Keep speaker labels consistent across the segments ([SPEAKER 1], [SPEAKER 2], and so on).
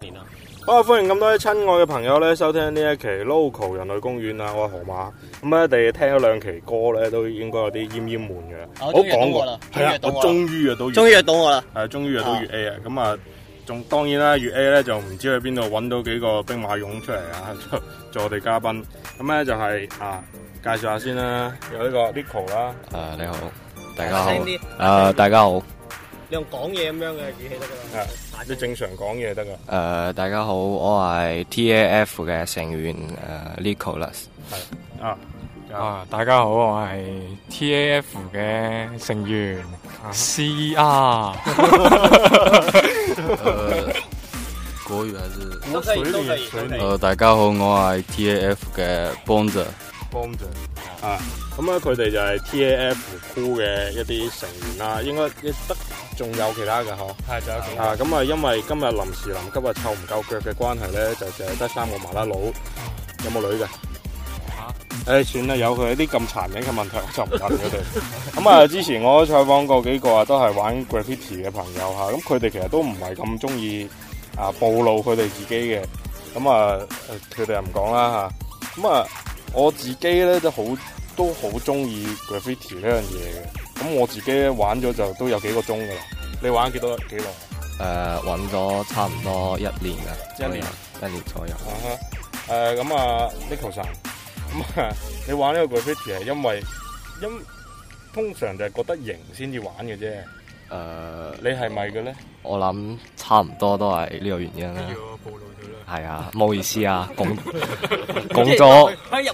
[SPEAKER 1] 電啊！
[SPEAKER 2] 好啊！歡迎咁多位親愛嘅朋友咧，收聽呢一期 Local 人類公園啊！我係河馬咁啊，哋聽咗兩期歌咧，都應該有啲奄奄悶嘅啦。
[SPEAKER 1] 我
[SPEAKER 2] 好
[SPEAKER 1] 終於約
[SPEAKER 2] 講
[SPEAKER 1] 到我
[SPEAKER 2] 過
[SPEAKER 1] 啦
[SPEAKER 2] 係啊！我
[SPEAKER 1] 終
[SPEAKER 2] 終於約到，
[SPEAKER 1] 終於約到我啦！
[SPEAKER 2] 係終於約到粵 A 啊！咁啊，仲當然啦，粵 A 咧就唔知去邊度揾到幾個兵馬俑出嚟啊， 做做我哋嘉賓。咁咧就係、啊，介紹下先啦，有呢個 Nico 啦，
[SPEAKER 3] 啊，你好，大家好
[SPEAKER 1] 大聲啲。
[SPEAKER 3] 啊，大家好。
[SPEAKER 1] 你用講嘢咁樣嘅語氣得㗎啦。大
[SPEAKER 2] 啊你
[SPEAKER 1] 聲
[SPEAKER 2] 正常講嘢得噶。
[SPEAKER 3] 誒，啊大家好，我係 TAF 嘅成員誒 Nicholas。
[SPEAKER 2] 啊，有
[SPEAKER 4] 啊！大家好，我係 TAF 嘅成員 CR。
[SPEAKER 5] 呃，国语还是？
[SPEAKER 1] 都可以
[SPEAKER 2] 水
[SPEAKER 1] 都
[SPEAKER 2] 里
[SPEAKER 1] 可以
[SPEAKER 2] 水
[SPEAKER 1] 都可以
[SPEAKER 2] 里
[SPEAKER 5] 呃，大家好，我系 TAF 嘅幫者。
[SPEAKER 2] 幫助啊！咁啊，佢哋就係 TAF Cool 嘅一啲成員啦，應該得仲有其他嘅嗬。
[SPEAKER 1] 係，仲有幾
[SPEAKER 2] 啊，咁啊，因為今日臨時臨急啊，湊唔夠腳嘅關係咧，就淨係得三個麻甩佬，有冇女嘅？誒、算啦，有佢啲咁殘忍嘅問題，我就唔問佢哋。 咁啊，之前我採訪過幾個啊，都係玩 graffiti 嘅朋友嚇，咁佢哋其實都唔係咁中意啊暴露佢哋自己嘅。咁啊，誒佢哋又唔講啦嚇。咁啊，我自己咧都好都好中意 graffiti 呢樣嘢嘅。咁我自己咧玩咗就都有幾個鐘㗎啦。你玩幾多幾耐？
[SPEAKER 3] 誒，揾啊咗差唔多一年啦，
[SPEAKER 2] 一年
[SPEAKER 3] 左右，一年左右。
[SPEAKER 2] 啊哈，誒咁啊，Nico 神，咁啊， 你玩呢個 graffiti 係因為因通常就係覺得型先至玩嘅啫，
[SPEAKER 3] 誒，
[SPEAKER 2] 你係咪嘅咧？
[SPEAKER 3] 啊我諗差唔多都係呢個原因
[SPEAKER 5] 哎
[SPEAKER 3] 啦。
[SPEAKER 4] 暴露咗啦！
[SPEAKER 3] 係啊，唔好意思啊，講
[SPEAKER 1] 即係佢佢喺入
[SPEAKER 3] 講咗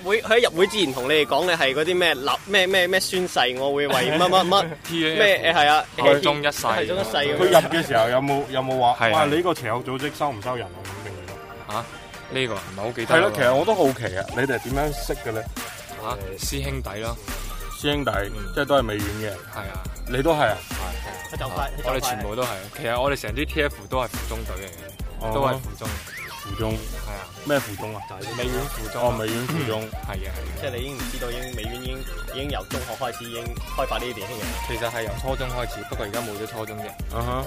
[SPEAKER 1] 會，佢喺入會之前同你哋講嘅係嗰啲咩立咩咩咩宣誓，我會為乜 乜乜
[SPEAKER 4] TAF
[SPEAKER 1] 咩誒係啊，
[SPEAKER 4] 效忠一世
[SPEAKER 1] 效忠一世
[SPEAKER 2] 佢
[SPEAKER 1] 咁
[SPEAKER 2] 入
[SPEAKER 1] 樣。
[SPEAKER 2] 嘅時候有冇有冇話？
[SPEAKER 4] 係
[SPEAKER 2] 哇！
[SPEAKER 4] 係
[SPEAKER 2] 你呢個邪惡組織收唔收人啊？咁定點？
[SPEAKER 4] 呢個唔係好記得。
[SPEAKER 2] 係咯，其實我都好奇啊，你哋係點樣識嘅咧？
[SPEAKER 4] 嚇啊師兄弟咯，
[SPEAKER 2] 師兄弟，
[SPEAKER 4] 嗯
[SPEAKER 2] 即係都係美院嘅，
[SPEAKER 4] 係啊，
[SPEAKER 2] 你都係啊？
[SPEAKER 1] 佢就快，佢就快
[SPEAKER 4] 我哋全部都係。其實我哋成支 TAF 都係附中隊嚟嘅，都係附中。
[SPEAKER 2] 附中
[SPEAKER 4] 係啊，
[SPEAKER 2] 哦咩附中啊？
[SPEAKER 4] 美院附中。
[SPEAKER 2] 哦，美院附中。
[SPEAKER 4] 係嘅，
[SPEAKER 1] 即係你已經唔知道，已經美院已經已經由中學開始已經開發呢啲年輕人。
[SPEAKER 4] 其實係由初中開始，不過而家冇咗初中嘅。
[SPEAKER 2] 啊哈，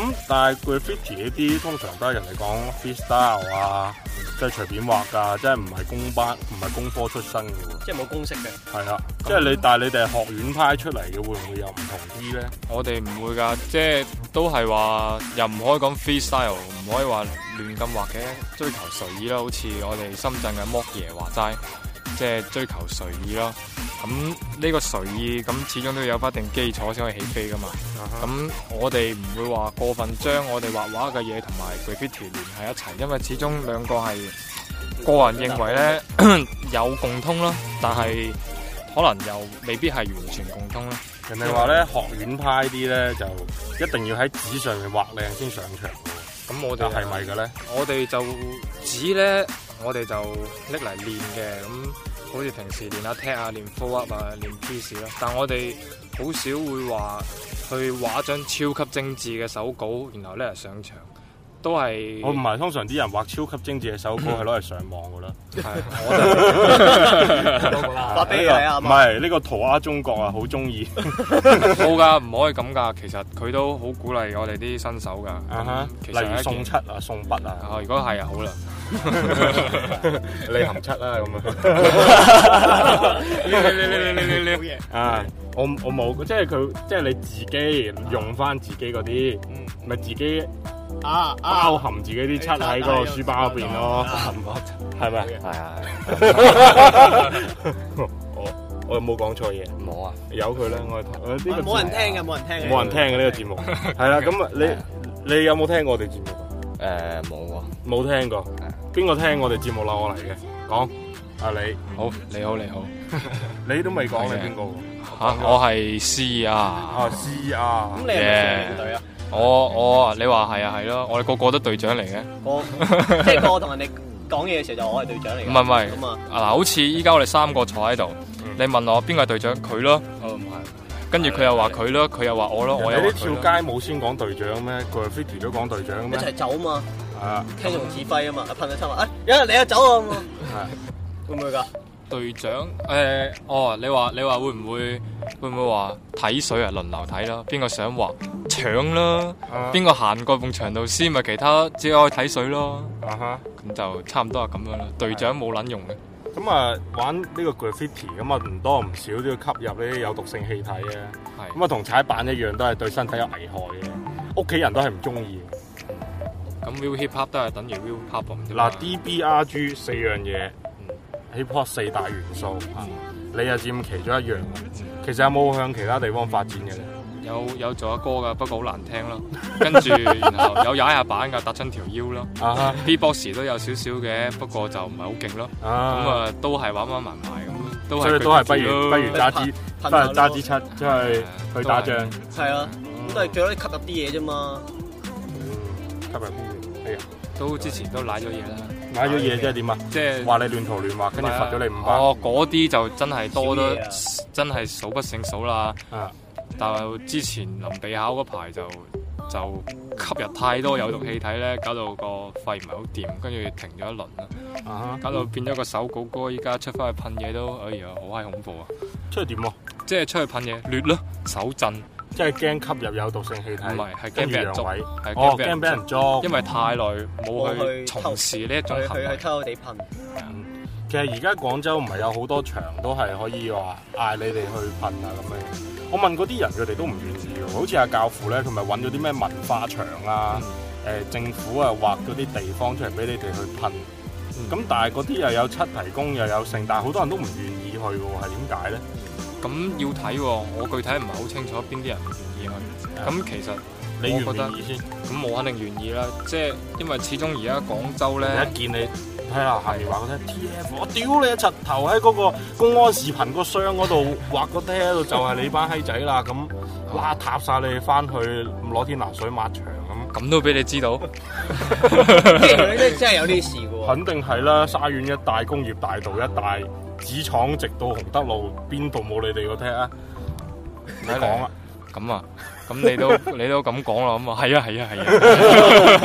[SPEAKER 2] 咁但係 graffiti 呢啲通常都係人哋講 freestyle 啊，即係隨便畫㗎，即係唔係工班，唔係工科出身嘅喎。
[SPEAKER 1] 即係冇公式嘅，
[SPEAKER 2] 係啦，即係你，但係你哋係學院派出嚟嘅，會唔會有唔同啲咧？
[SPEAKER 4] 我哋唔會㗎，即係都係話又唔可以講 freestyle，唔可以話亂咁畫嘅，追求隨意啦。好似我哋深圳嘅剝爺話齋，即係追求隨意咯。咁呢個隨意咁始終都要有一定基礎先可以起飛㗎嘛。
[SPEAKER 2] 啊
[SPEAKER 4] 咁、我哋唔會話過分將我哋畫畫嘅嘢同埋 graffiti 聯繫一齊，因為始終兩個係個人認為咧 有共通咯，但係可能又未必係完全共通咯。
[SPEAKER 2] 人哋話咧學院派啲咧就一定要喺紙上面畫靚先上場嘅喎，
[SPEAKER 4] 咁我哋
[SPEAKER 2] 但係咪嘅咧？
[SPEAKER 4] 我哋就紙咧，我哋就拎嚟練嘅，咁好似平時練下 tag 啊、練 full up 啊、練 piece 啦。但我哋好少會話去畫張超級精緻嘅手稿，然後咧上場，都係
[SPEAKER 2] 我唔係通常啲人畫超級精緻嘅手稿係攞嚟上網嘅啦。
[SPEAKER 4] 係我
[SPEAKER 1] 發啊俾你睇下
[SPEAKER 2] 唔
[SPEAKER 1] 嘛。
[SPEAKER 2] 係呢個塗鴉中國啊，好中意。
[SPEAKER 4] 哋冇㗎，唔可以咁㗎。其實佢都好鼓勵我哋啲新手㗎。
[SPEAKER 2] 啊哈，
[SPEAKER 4] 其實
[SPEAKER 2] 例如
[SPEAKER 4] 係一
[SPEAKER 2] 送
[SPEAKER 4] 件
[SPEAKER 2] 漆啊，送筆啊。
[SPEAKER 4] 啊，如果係 就好啦。
[SPEAKER 2] 你含七啦咁
[SPEAKER 4] 你你你你你
[SPEAKER 1] 好
[SPEAKER 2] 樣
[SPEAKER 1] 嘢，
[SPEAKER 2] 啊！我我冇，即係佢，即係你自己用翻自己嗰啲，
[SPEAKER 4] 嗯
[SPEAKER 2] 咪自己
[SPEAKER 1] 啊啊！
[SPEAKER 2] 包含自己啲漆喺個書包入邊咯，係咪？
[SPEAKER 3] 係啊，
[SPEAKER 2] 我我有冇講錯嘢？
[SPEAKER 3] 冇啊。
[SPEAKER 2] 由佢啦，我我呢個
[SPEAKER 1] 冇人聽嘅，冇人聽嘅，
[SPEAKER 2] 冇人聽嘅呢個節目，係啦。咁啊，你你有冇聽過我哋節目？
[SPEAKER 3] 誒，冇啊。
[SPEAKER 2] 冇聽過，邊個聽我哋節目啦？我嚟嘅，講啊你，
[SPEAKER 4] 好，你好你好
[SPEAKER 2] 你都未講你
[SPEAKER 4] 係啊
[SPEAKER 2] 邊個喎？
[SPEAKER 4] 嚇，我係 C 啊。
[SPEAKER 2] 啊是啊
[SPEAKER 1] 咁，你係咪成隊啊？
[SPEAKER 4] 我我啊，你話係啊係咯，我哋個個都隊長嚟嘅，
[SPEAKER 1] 我即係我同人哋講嘢嘅時候就我係隊長嚟嘅。
[SPEAKER 4] 唔係唔係
[SPEAKER 1] 咁啊，
[SPEAKER 4] 啊嗱，好似依家我哋三個坐喺度，
[SPEAKER 2] 嗯
[SPEAKER 4] 你問我邊個係隊長，佢咯，
[SPEAKER 3] 哦，唔係。
[SPEAKER 4] 跟住佢又話佢咯，佢又話哦我咯，我又
[SPEAKER 2] 你
[SPEAKER 4] 話
[SPEAKER 2] 啲
[SPEAKER 4] 佢
[SPEAKER 2] 跳
[SPEAKER 4] 咯。
[SPEAKER 2] 街舞先講隊長咩？graffiti 都講隊長
[SPEAKER 1] 一
[SPEAKER 2] 咩？
[SPEAKER 1] 齊走嘛，
[SPEAKER 2] 啊！
[SPEAKER 1] 啊聽從指揮啊嘛，阿噴咗出話，哎，有人嚟啊，走啊咁啊，會唔會㗎？
[SPEAKER 4] 隊長誒、哦，你話你話會唔會會唔會話睇水啊？輪流睇啦，邊個想畫搶啦？
[SPEAKER 2] 啊
[SPEAKER 4] 邊個行過埲牆度先，咪其他只可以睇水咯。
[SPEAKER 2] 啊哈。
[SPEAKER 4] 咁就差唔多係咁樣啦。隊長冇撚用嘅，
[SPEAKER 2] 咁啊，玩呢個 graffiti 咁啊，唔多唔少都要吸入呢啲有毒性氣體嘅。
[SPEAKER 4] 係
[SPEAKER 2] 咁啊，同踩板一樣，都係對身體有危害嘅。屋企人都係唔中意嘅。
[SPEAKER 4] 咁 Will Hip Hop 都係等於 Will Hop 咁啫嘛
[SPEAKER 2] 嗱，DBRG 四樣嘢，hip 嗯 hop 四大元素，啊你又佔其中一樣。其實有冇向其他地方發展嘅咧？
[SPEAKER 4] 有有做下歌噶，不過好難聽咯。 跟住然後有踩下板噶，突親條腰咯。
[SPEAKER 2] 啊哈
[SPEAKER 4] B-box 都有少少嘅，不過就唔係好勁咯。咁
[SPEAKER 2] 啊，
[SPEAKER 4] 啊，都係玩玩埋埋咁，都係
[SPEAKER 2] 所以都係不如不如
[SPEAKER 1] 打
[SPEAKER 2] 揸支，不
[SPEAKER 1] 噴
[SPEAKER 2] 如
[SPEAKER 1] 下
[SPEAKER 2] 揸
[SPEAKER 1] 咯
[SPEAKER 2] 支七出
[SPEAKER 4] 啊
[SPEAKER 2] 去去打仗，
[SPEAKER 1] 係啊，都係最多吸入啲嘢啫嘛。
[SPEAKER 2] 嗯吸入啲嘢。哎呀，
[SPEAKER 4] 都之前都賴咗嘢啦，
[SPEAKER 2] 買咗嘢即係點啊？
[SPEAKER 4] 即係
[SPEAKER 2] 話你亂塗亂畫，跟住罰咗你五百。
[SPEAKER 4] 哦，嗰啲就真係多得
[SPEAKER 1] 少嘢啊
[SPEAKER 4] 真係數不勝數啦。
[SPEAKER 2] 啊
[SPEAKER 4] 但係之前臨備考嗰排就就吸入太多有毒氣體咧，搞到個肺唔係好掂，跟住停咗一輪啦，
[SPEAKER 2] 啊哈！
[SPEAKER 4] 搞到變咗個手稿哥，依家出翻去噴嘢都，哎呀，好閪恐怖啊！
[SPEAKER 2] 出去點喎？
[SPEAKER 4] 即係出去噴嘢，劣咯，手震，唔
[SPEAKER 2] 即係驚吸入有毒性氣體，
[SPEAKER 4] 係係
[SPEAKER 2] 跟
[SPEAKER 4] 驚
[SPEAKER 2] 住
[SPEAKER 4] 俾人
[SPEAKER 2] 陽
[SPEAKER 4] 捉，
[SPEAKER 2] 痿。
[SPEAKER 4] 係
[SPEAKER 2] 哦，
[SPEAKER 4] 嗯驚俾
[SPEAKER 2] 驚
[SPEAKER 4] 人
[SPEAKER 2] 俾
[SPEAKER 4] 捉，
[SPEAKER 2] 人捉。
[SPEAKER 4] 因為太耐冇
[SPEAKER 1] 冇
[SPEAKER 4] 去
[SPEAKER 1] 去
[SPEAKER 4] 從事呢一種
[SPEAKER 1] 去
[SPEAKER 4] 行
[SPEAKER 1] 去
[SPEAKER 4] 為
[SPEAKER 1] 去，偷偷地 噴，
[SPEAKER 2] 其實而家廣州唔係有好多場都係可以話嗌你哋去噴啊咁樣。我問嗰啲人，佢哋都唔願意喎。好似阿教父咧，佢咪揾咗啲咩文化場啊？
[SPEAKER 4] 嗯
[SPEAKER 2] 誒、政府啊劃咗啲地方出嚟俾你哋去噴。
[SPEAKER 4] 嗯
[SPEAKER 2] 咁、但係嗰啲又有七提供又有剩，但係好多人都唔願意去喎，係點解咧？
[SPEAKER 4] 咁要睇喎，我具體唔係好清楚邊啲人願意去，咁其實。
[SPEAKER 2] 你願
[SPEAKER 4] 我
[SPEAKER 2] 唔
[SPEAKER 4] 覺得
[SPEAKER 2] 願意先？
[SPEAKER 4] 咁我肯定願意啦，即係因為始終而家廣州咧
[SPEAKER 2] 一見你睇下下面畫嗰啲 T F，我屌你一柒頭喺嗰個公安視頻個箱嗰度畫個 T 喺度，就係你班閪仔啦咁，哇塌晒你翻去攞天拿水抹牆咁，
[SPEAKER 4] 咁都俾你知道，
[SPEAKER 1] 即係原來真係有呢啲事嘅喎。
[SPEAKER 2] 肯定係啦，沙縣一帶工業大道一帶紙廠直到洪德路，邊度冇你哋個 T 啊？你
[SPEAKER 4] 睇嚟
[SPEAKER 2] 講啊，
[SPEAKER 4] 咁啊，咁你都你都咁講啦，咁啊，係啊係啊係啊，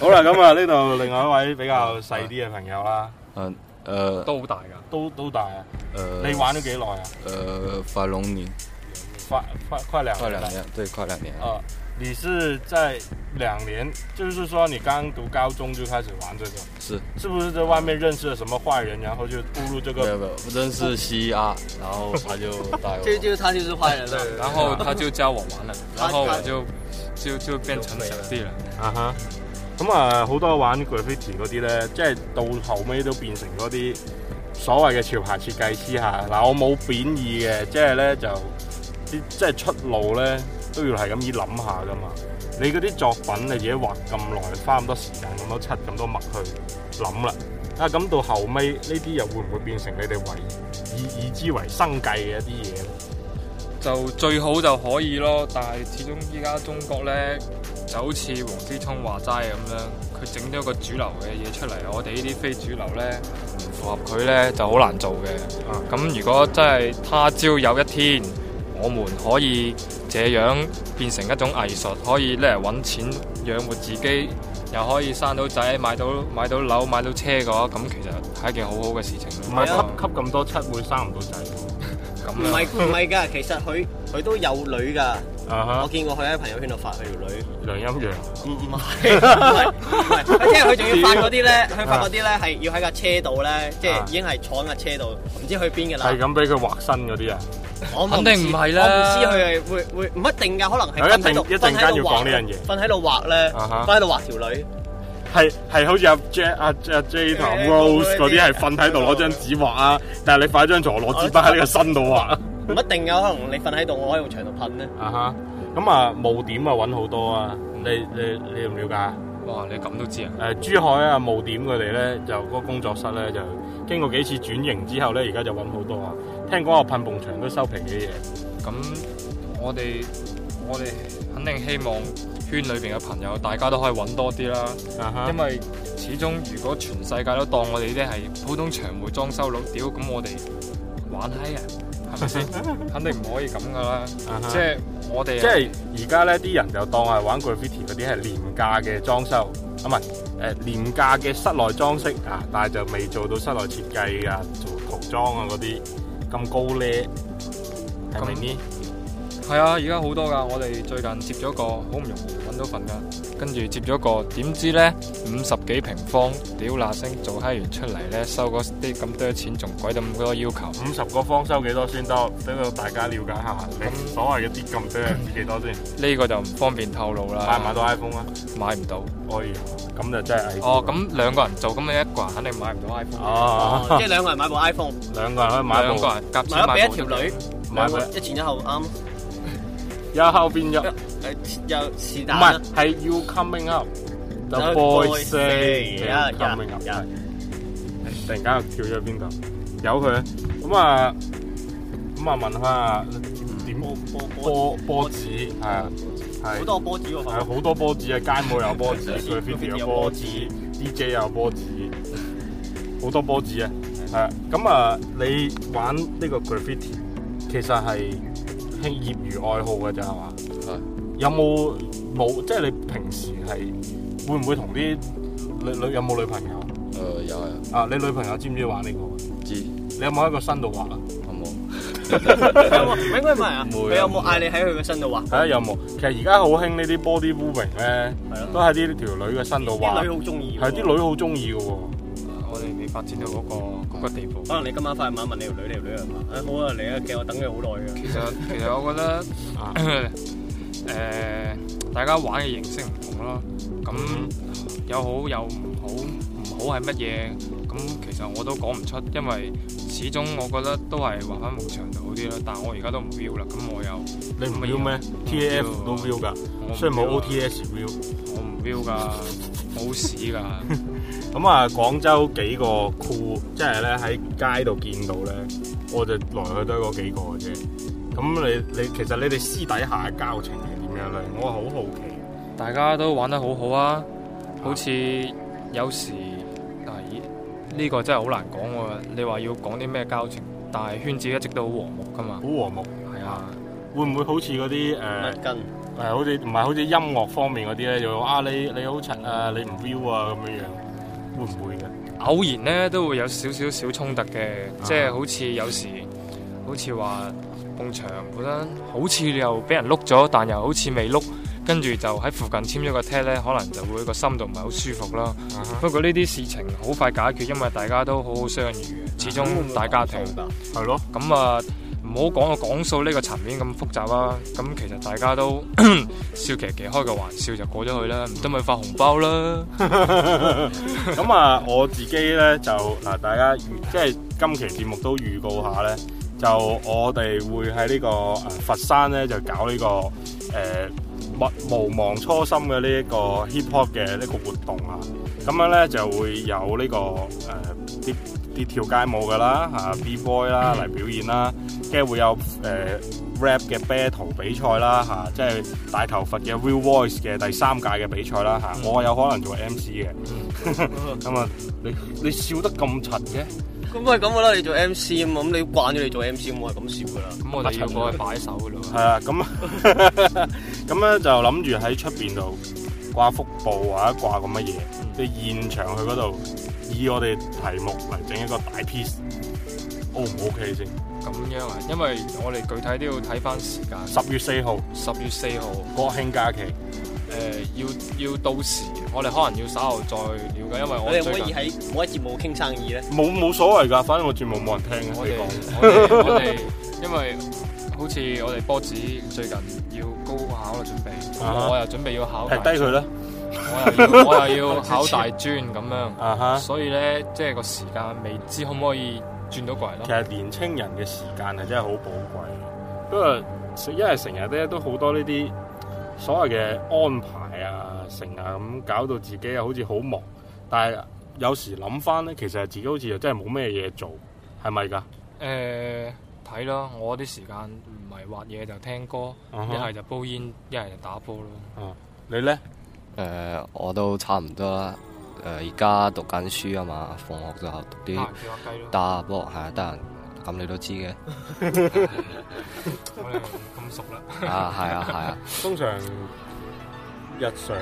[SPEAKER 2] 好啦，咁啊呢度另外一位比較細啲嘅朋友啦，
[SPEAKER 5] 嗯， 呃
[SPEAKER 4] 啊都好大噶，
[SPEAKER 2] 都都大啊，
[SPEAKER 5] 呃
[SPEAKER 2] 你玩咗幾耐啊？
[SPEAKER 5] 呃，法龙年，
[SPEAKER 2] 快快快兩
[SPEAKER 5] 快
[SPEAKER 2] 年
[SPEAKER 5] 两
[SPEAKER 2] 啦
[SPEAKER 5] 年，对，快两年。
[SPEAKER 2] 呃，你是在两年，就是说你刚读高中就开始玩这个，
[SPEAKER 5] 是
[SPEAKER 2] 是不是在外面认识了什么坏人，然后就步入这
[SPEAKER 5] 没有
[SPEAKER 2] 个？
[SPEAKER 5] 没有，我真是 CR，然后他就带
[SPEAKER 1] 這
[SPEAKER 5] 我，
[SPEAKER 1] 就是他就是壞人啦。
[SPEAKER 4] 然後他就教我玩啦，然後我就就就變成小弟啦，
[SPEAKER 2] 啊哈，咁啊好多玩 graffiti 嗰啲咧，即係到後尾都變成嗰啲所謂嘅潮牌設計師嚇。嗱、我冇貶義嘅，即係咧就啲即係出路咧都要係咁意諗下噶嘛。你嗰啲作品你自己畫咁耐，花咁多時間、咁多漆、咁多墨去諗啦。啊，咁到後尾呢啲又會唔會變成你哋為以以之為生計嘅一啲嘢咧？
[SPEAKER 4] 就最好就可以咯，但係始終依家中國咧就好似黃之聰話齋咁樣，佢整咗個主流嘅嘢出嚟，我哋呢啲非主流咧唔符合佢咧就好難做嘅。
[SPEAKER 2] 啊，
[SPEAKER 4] 咁如果真係他朝有一天，我們可以這樣變成一種藝術，可以咧揾錢養活自己，又可以生到仔、買到買到樓、買到車嘅話，咁其實係一件好好嘅事情
[SPEAKER 2] 唔
[SPEAKER 4] 咯。
[SPEAKER 2] 係吸
[SPEAKER 1] 啊
[SPEAKER 2] 吸咁多漆會生唔到仔喎。
[SPEAKER 1] 唔
[SPEAKER 4] 咁
[SPEAKER 1] 係
[SPEAKER 4] 樣，
[SPEAKER 1] 唔係㗎，其實佢佢都有女㗎。
[SPEAKER 2] 啊
[SPEAKER 1] 我
[SPEAKER 2] 哈，
[SPEAKER 1] 見過佢喺朋友圈度發佢條女。
[SPEAKER 2] 梁陰陽。
[SPEAKER 1] 唔唔係唔係唔係，即係佢仲要發嗰啲咧，佢發嗰啲咧係要喺架車度咧，即係已經係坐喺架車度，唔知去邊㗎
[SPEAKER 2] 係
[SPEAKER 1] 啦。
[SPEAKER 2] 咁俾佢畫身嗰啲啊！
[SPEAKER 1] 我唔
[SPEAKER 4] 肯定唔係啦
[SPEAKER 1] 我唔知佢係會會唔一定㗎，可能
[SPEAKER 2] 有一
[SPEAKER 1] 係瞓喺
[SPEAKER 2] 定
[SPEAKER 1] 度，
[SPEAKER 2] 一陣間
[SPEAKER 1] 瞓喺度
[SPEAKER 2] 要講呢樣嘢
[SPEAKER 1] 畫瞓喺度畫咧，
[SPEAKER 2] 啊哈
[SPEAKER 1] 瞓喺度畫條女。
[SPEAKER 2] 係係好似阿 J 阿阿 J 同阿
[SPEAKER 1] 誒
[SPEAKER 2] Rose 嗰
[SPEAKER 1] 嗰
[SPEAKER 2] 啲
[SPEAKER 1] 啲
[SPEAKER 2] 係瞓喺度攞張紙畫啊，但係你擺張床攞支筆喺你個身度畫啊
[SPEAKER 1] 唔一定有可能你瞓喺度，我可以用牆度噴咧。
[SPEAKER 2] 哈！咁啊霧點啊揾好多啊，你你你了唔了解啊？
[SPEAKER 4] 哇！你咁都知啊？
[SPEAKER 2] 誒、珠海啊霧點佢哋咧就嗰個工作室咧就經過幾次轉型之後咧，而家就揾好多啊。聽講個噴埲牆都收皮嘅嘢，
[SPEAKER 4] 咁我哋我哋肯定希望圈裏邊嘅朋友，大家都可以揾多啲啦。
[SPEAKER 2] 啊哈
[SPEAKER 4] 因為始終如果全世界都當我哋呢啲係普通長會裝修佬，屌咁我哋玩閪啊，係 咪先？肯定唔可以咁噶啦，
[SPEAKER 2] 啊哈
[SPEAKER 4] 即係我哋
[SPEAKER 2] 即係而家咧，啲人就當係玩 graffiti 嗰啲係廉價嘅裝修，啊唔係誒廉價嘅室內裝飾啊，但係就未做到室內設計啊，做塗服裝啊嗰啲咁高咧，係咪呢？
[SPEAKER 4] 係啊，而家好多㗎。我哋最近接咗個好唔容易揾到份㗎，跟住接咗個點知呢？五十幾平方，屌嗱聲做閪完出嚟呢，收嗰啲咁多錢，仲鬼咁多要求。
[SPEAKER 2] 五十個方收幾多先得？等到大家了解下，你所謂嘅啲咁多係指幾多先？
[SPEAKER 4] 呢個就唔方便透露啦。
[SPEAKER 2] 買唔買到 iPhone 啊？
[SPEAKER 4] 買唔到。
[SPEAKER 2] 哎呀，咁就真係危險
[SPEAKER 4] 哦，咁兩個人做，咁你一個人肯定買唔到 iPhone。
[SPEAKER 2] 哦，
[SPEAKER 1] 哦即係兩個人買部 iPhone，
[SPEAKER 2] 兩個人可以買
[SPEAKER 4] 兩
[SPEAKER 2] 部
[SPEAKER 4] 個，人夾
[SPEAKER 1] 買
[SPEAKER 4] 錢
[SPEAKER 1] 咗
[SPEAKER 4] 買
[SPEAKER 1] 俾
[SPEAKER 4] 部
[SPEAKER 1] 一條女，
[SPEAKER 2] 買
[SPEAKER 1] 兩
[SPEAKER 2] 部
[SPEAKER 1] 個一前一後啱，
[SPEAKER 2] 有後邊有，唔
[SPEAKER 1] 誒又是但啦
[SPEAKER 2] 係。係 You coming up，the
[SPEAKER 1] The
[SPEAKER 2] boy
[SPEAKER 1] boy
[SPEAKER 2] say
[SPEAKER 1] say，
[SPEAKER 2] you
[SPEAKER 1] yeah，
[SPEAKER 2] coming up，
[SPEAKER 1] yeah，
[SPEAKER 2] 突然間又跳咗邊度？由佢咁啊，咁啊問下點
[SPEAKER 1] 波波
[SPEAKER 2] 波波子係啊，
[SPEAKER 1] 好
[SPEAKER 2] 係
[SPEAKER 1] 多波子喎，
[SPEAKER 2] 係好多波子啊，街舞有波子，graffiti 有波子，DJ 有波子，好多波子啊！係啊咁啊，你玩呢個 graffiti 其實係興業餘愛好嘅咋係嘛？
[SPEAKER 5] 係
[SPEAKER 2] 有冇冇即係你平時係會唔會同啲女女有冇女朋友
[SPEAKER 5] 誒有啊，
[SPEAKER 2] 啊？你女朋友知唔知玩呢、個？
[SPEAKER 5] 知
[SPEAKER 2] 你有冇喺個身度畫啊？
[SPEAKER 5] 有冇？
[SPEAKER 1] 應該唔係啊，
[SPEAKER 5] 冇啊
[SPEAKER 1] 佢有冇嗌你喺佢嘅身度畫？
[SPEAKER 2] 係啊，有冇？其實而家好興呢啲 body moving 咧，
[SPEAKER 5] 啊
[SPEAKER 2] 都喺啲條女嘅身度
[SPEAKER 1] 啲
[SPEAKER 2] 畫
[SPEAKER 1] 女，好中意喎，
[SPEAKER 2] 係啲女好中意嘅喎。
[SPEAKER 4] 我哋未發展到嗰個嗰個地步。
[SPEAKER 1] 可能你今晚翻去晚問你條女，你條女係嘛？誒好啊，嚟啊，其實我等佢好耐㗎。
[SPEAKER 4] 其實 其實我覺得
[SPEAKER 2] 啊
[SPEAKER 4] 誒、大家玩嘅形式唔同咯，咁嗯有好有唔好，唔好係乜嘢？咁其實我都講唔出，因為始終我覺得都係畫翻埲牆就好啲啦。但我而家都唔 view 啦，咁我又
[SPEAKER 2] 你唔
[SPEAKER 4] 唔啊
[SPEAKER 2] view 咩
[SPEAKER 4] 要
[SPEAKER 2] ？TAF 都 view 㗎，
[SPEAKER 4] 我唔
[SPEAKER 2] 雖然冇
[SPEAKER 4] view 啊
[SPEAKER 2] OTS view。
[SPEAKER 4] 我唔 view 㗎，冇屎㗎。
[SPEAKER 2] 咁啊，廣州幾個 cool，即係咧喺街度見到咧，我就來去都係嗰幾個嘅啫。咁你你其實你哋私底下嘅交情係點樣咧？我好好奇。
[SPEAKER 4] 大家都玩得好好啊，好似有時嗱，咦呢、個真係好難講喎。你話要講啲咩交情，但係圈子一直都好和睦㗎嘛。
[SPEAKER 2] 好和睦，
[SPEAKER 4] 係啊，
[SPEAKER 2] 會唔會好似嗰啲誒？呃
[SPEAKER 1] 乜根？
[SPEAKER 2] 係好似唔係好似音樂方面嗰啲咧，就話啊你你好柒啊，你唔 view 啊咁樣樣，會唔會嘅？
[SPEAKER 4] 偶然咧都會有少少小衝突嘅，即係好似有時好似話碰牆本身，好似又俾人碌咗，但又好似未碌，跟住就喺附近簽咗個 tag 咧，可能就會個心度唔係好舒服啦。不過呢啲事情好快解決，因為大家都好好相遇嘅，始
[SPEAKER 1] 啊
[SPEAKER 4] 終大家庭。
[SPEAKER 2] 係咯，
[SPEAKER 4] 咁啊，唔好講個講數呢個層面咁複雜啦。咁其實大家都 笑騎騎開個玩笑就過咗去啦，唔得咪發紅包啦。
[SPEAKER 2] 咁啊我自己咧就嗱，大家預即係今期節目都預告下咧，就我哋會喺呢個誒佛山咧就搞呢、呃個誒勿無忘初心嘅呢一個 hip hop 嘅呢個活動啊，咁樣咧就會有呢、個誒啲啲跳街舞嘅啦，嚇、B boy 啦嚟表演啦，跟住會有誒、呃 rap 嘅 battle 比賽啦，嚇、即係大頭佛嘅 Real Voice 嘅第三屆嘅比賽啦，嚇、啊我有可能做 MC 嘅，咁啊、你你笑得咁柒嘅，
[SPEAKER 1] 咁咪咁噶啦，你做 MC 咁，咁你慣咗你做 MC 咁，我係咁笑噶啦。
[SPEAKER 4] 咁 我哋要過去擺手噶咯。
[SPEAKER 2] 係啊，咁 咁咧就諗住喺出邊度掛幅布或者掛個乜嘢，即係現場去嗰度以我哋題目嚟整一個大 piece，O 唔 OK 先？
[SPEAKER 4] 咁樣啊，因為我哋具體都要睇翻時間，
[SPEAKER 2] 十月四號
[SPEAKER 4] 十月四號，
[SPEAKER 2] 國慶假期。
[SPEAKER 4] 誒、要要到時，我哋可能要稍後再了解，因為
[SPEAKER 1] 我
[SPEAKER 4] 我
[SPEAKER 1] 哋可唔
[SPEAKER 4] 最
[SPEAKER 1] 可以
[SPEAKER 4] 近
[SPEAKER 1] 喺冇喺節目傾生意咧？
[SPEAKER 2] 冇冇所謂㗎，反正我節目冇人聽
[SPEAKER 4] 我
[SPEAKER 2] 嘅。你
[SPEAKER 4] 哋
[SPEAKER 2] 講
[SPEAKER 4] 我哋我哋，因為好似我哋波子最近要高考啦，準備，
[SPEAKER 2] 啊哈
[SPEAKER 4] 我又準備要考
[SPEAKER 2] 劈
[SPEAKER 4] 大，
[SPEAKER 2] 低佢啦，
[SPEAKER 4] 我又要我又要考大專咁樣，
[SPEAKER 2] 啊哈！
[SPEAKER 4] 所以咧，即係個時間未知可唔可以轉到過嚟
[SPEAKER 2] 其
[SPEAKER 4] 咯？
[SPEAKER 2] 實年青人嘅時間係真係好寶貴嘅，不過因為成日咧都好多呢啲所謂嘅安排啊、成啊咁，搞到自己又好似好忙，但係有時諗翻咧，其實自己好似又真係冇咩嘢做，係咪㗎？
[SPEAKER 4] 誒、睇啦，我啲時間唔係畫嘢就聽歌，一
[SPEAKER 2] 啊哈
[SPEAKER 4] 係、就煲煙，一係就打波咯。
[SPEAKER 2] 你咧
[SPEAKER 3] 誒、呃我都差唔多啦。誒、而家讀緊書啊嘛，放學就讀
[SPEAKER 4] 得
[SPEAKER 3] 啲
[SPEAKER 4] 閒啊叫下雞咯。
[SPEAKER 3] 打下波，係啊，得閒。咁你都知嘅，
[SPEAKER 4] 我哋咁熟啦，
[SPEAKER 3] 啊，係啊，係啊，
[SPEAKER 2] 通常日常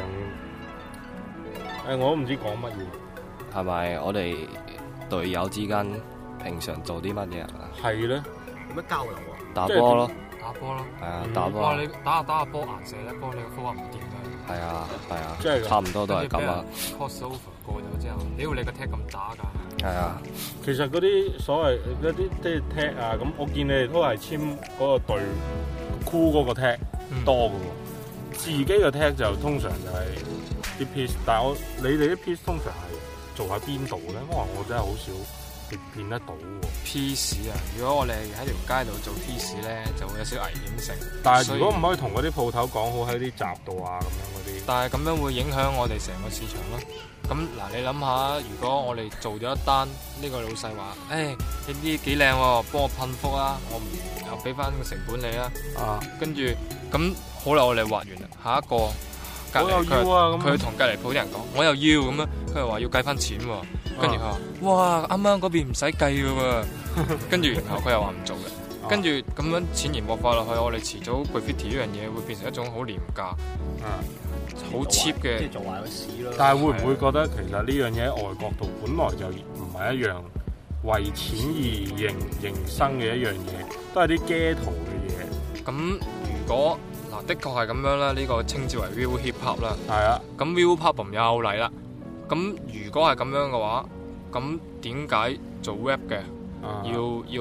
[SPEAKER 2] 誒、我都唔知講乜嘢。
[SPEAKER 3] 係咪我哋隊友之間平常做啲乜嘢啊？
[SPEAKER 2] 係咧，
[SPEAKER 1] 有乜交流啊？
[SPEAKER 3] 打
[SPEAKER 2] 即係
[SPEAKER 3] 波咯，
[SPEAKER 4] 打波啦。
[SPEAKER 3] 係啊
[SPEAKER 2] 嗯，
[SPEAKER 3] 打波
[SPEAKER 4] 哇！
[SPEAKER 3] 咯，
[SPEAKER 4] 你打下打下波硬射一波，你個 f o 唔掂㗎。
[SPEAKER 3] 係啊，係啊
[SPEAKER 2] 即係，㗎
[SPEAKER 3] 差唔多都係咁啊，
[SPEAKER 4] cross over 過咗之後，屌你個 tag 咁打㗎，
[SPEAKER 3] 係啊，
[SPEAKER 2] 其實嗰啲所謂嗰啲即係踢啊，咁我見你哋都係簽嗰個隊箍嗰個踢多嘅喎，自己嘅踢就通常就係啲 piece，但係我你哋啲 piece 通常係做喺邊度咧？可能我真係好少見見得到喎。
[SPEAKER 4] piece 啊！如果我哋喺條街度做 piece 咧，就會有少危險性。
[SPEAKER 2] 但係
[SPEAKER 4] 所以
[SPEAKER 2] 如果唔可以同嗰啲鋪頭講好喺啲閘度啊咁樣嗰啲。
[SPEAKER 4] 但係咁樣會影響我哋成個市場咯。咁嗱，你諗下，如果我哋做咗一單，呢、個老細話：，誒、呢啲幾靚喎，幫我噴幅啦，我唔又俾翻個成本你啦。
[SPEAKER 2] 啊，
[SPEAKER 4] 跟住咁好啦，我哋畫完啦，下一個隔
[SPEAKER 2] 我又
[SPEAKER 4] 離
[SPEAKER 2] 要
[SPEAKER 4] 佢
[SPEAKER 2] 啊咁。
[SPEAKER 4] 佢同隔離鋪啲人講，我又要咁樣，佢又話要計翻錢
[SPEAKER 2] 啊
[SPEAKER 4] 喎。跟住佢話：，哇，啱啱嗰邊唔使計嘅喎。 跟住然後佢又話唔 做嘅。
[SPEAKER 2] 啊
[SPEAKER 4] 跟住咁樣潛移默化落去，我哋遲早 graffiti 呢樣嘢會變成一種好廉價、
[SPEAKER 2] 啊
[SPEAKER 4] 好 cheap 嘅
[SPEAKER 1] 即係。做壞個市咯。
[SPEAKER 2] 但係會唔會覺得其實呢樣嘢喺外國度本來就唔係一樣為錢而營營生嘅一樣嘢，都係啲 g 圖嘅
[SPEAKER 4] 咁如果嗱，的確係咁樣啦，呢、個稱之為 real hip hop 啦。
[SPEAKER 2] 嘢。係啊，
[SPEAKER 4] 咁 real hip hop 又嚟啦。咁如果係咁樣嘅話，咁點解做 rap 嘅
[SPEAKER 2] 啊
[SPEAKER 4] 要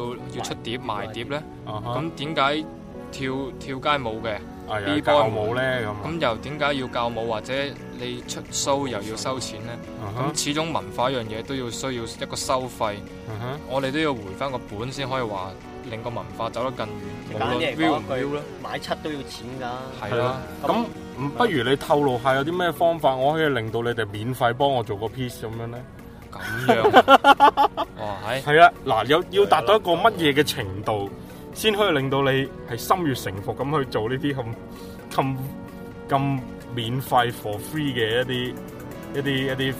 [SPEAKER 4] 要要出碟賣碟呢？
[SPEAKER 2] 啊哈
[SPEAKER 4] 咁點解跳跳街舞嘅？
[SPEAKER 2] 啊又
[SPEAKER 4] B-boy
[SPEAKER 2] 教舞咧咁啊
[SPEAKER 4] 咁又點解要教舞或者你出 show 又要收錢呢？
[SPEAKER 2] 啊哈
[SPEAKER 4] 咁始終文化一樣嘢都要需要一個收費，
[SPEAKER 2] 啊哈
[SPEAKER 4] 我哋都要回翻個本先可以話令個文化走得更遠。
[SPEAKER 1] 簡單啲嚟講
[SPEAKER 4] real 唔
[SPEAKER 1] 一
[SPEAKER 4] real
[SPEAKER 1] 句
[SPEAKER 4] 咧，，
[SPEAKER 1] 買七都要錢㗎。
[SPEAKER 4] 係啦。
[SPEAKER 2] 咁唔不如你透露下有啲咩方法我可以令到你哋免費幫我做個 piece 咁樣咧？
[SPEAKER 4] 咁樣， 哇，哎係
[SPEAKER 2] 係啊，嗱有要達到一個乜嘢嘅程度先可以令到你係心悅誠服咁去做呢啲咁咁咁免費 for free 嘅一啲一啲一啲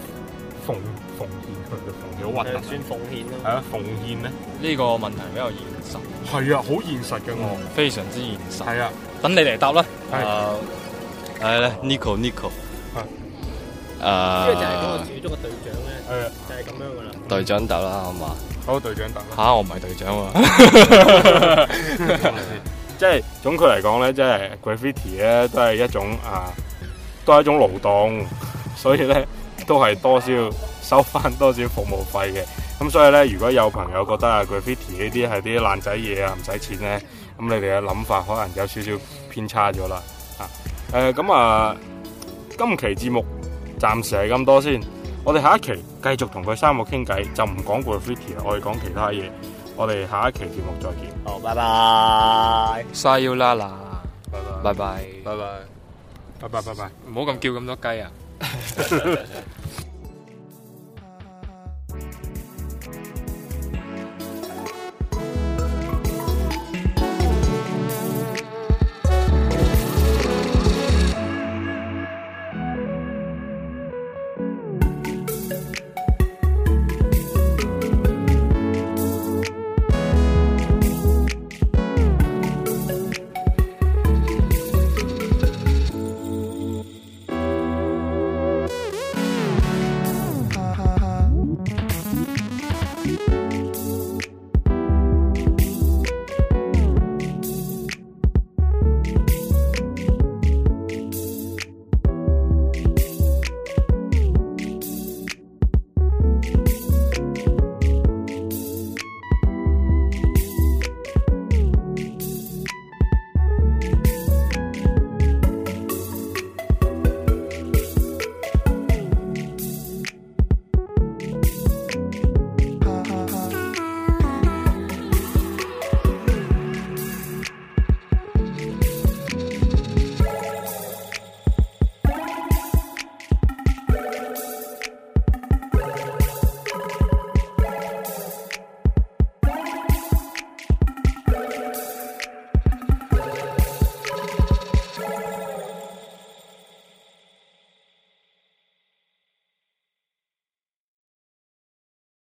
[SPEAKER 2] 奉奉獻，奉獻好核突
[SPEAKER 1] 就算奉獻
[SPEAKER 2] 係
[SPEAKER 1] 咯。
[SPEAKER 2] 啊，奉獻咧
[SPEAKER 4] 呢個問題比較現實，
[SPEAKER 2] 係啊，好現實嘅我
[SPEAKER 4] 非常之現實。
[SPEAKER 2] 係啊，
[SPEAKER 4] 等你嚟答啦，
[SPEAKER 2] 係
[SPEAKER 5] 啊，来来，Nico Nico，
[SPEAKER 1] 呢個啊就係嗰個
[SPEAKER 5] 呃，
[SPEAKER 1] 最終嘅隊長咧，
[SPEAKER 2] 誒
[SPEAKER 1] 就係咁樣㗎啦。
[SPEAKER 3] 隊長得啦，好嘛？
[SPEAKER 2] 好隊長等啦。
[SPEAKER 4] 嚇我唔係隊長 喎，
[SPEAKER 2] 即係總括嚟講咧，即係 graffiti 咧都係一種啊，都係一種勞動，所以咧都係多少收翻多少服務費嘅。咁所以咧，如果有朋友覺得啊 graffiti 呢啲係啲爛仔嘢啊，唔使錢咧，咁你哋嘅諗法可能有少少偏差咗啦。啊，誒、咁啊，今期節目暫時係咁多先。我哋下一期繼續同佢三個傾偈，就唔講 graffiti 啦，我哋講其他嘢。我哋下一期節目再見，
[SPEAKER 1] 好，拜拜。
[SPEAKER 4] 晒要啦啦，
[SPEAKER 2] 拜拜
[SPEAKER 4] 拜拜，
[SPEAKER 5] 拜拜。
[SPEAKER 2] 拜拜拜拜。
[SPEAKER 4] 唔好咁叫咁多雞啊！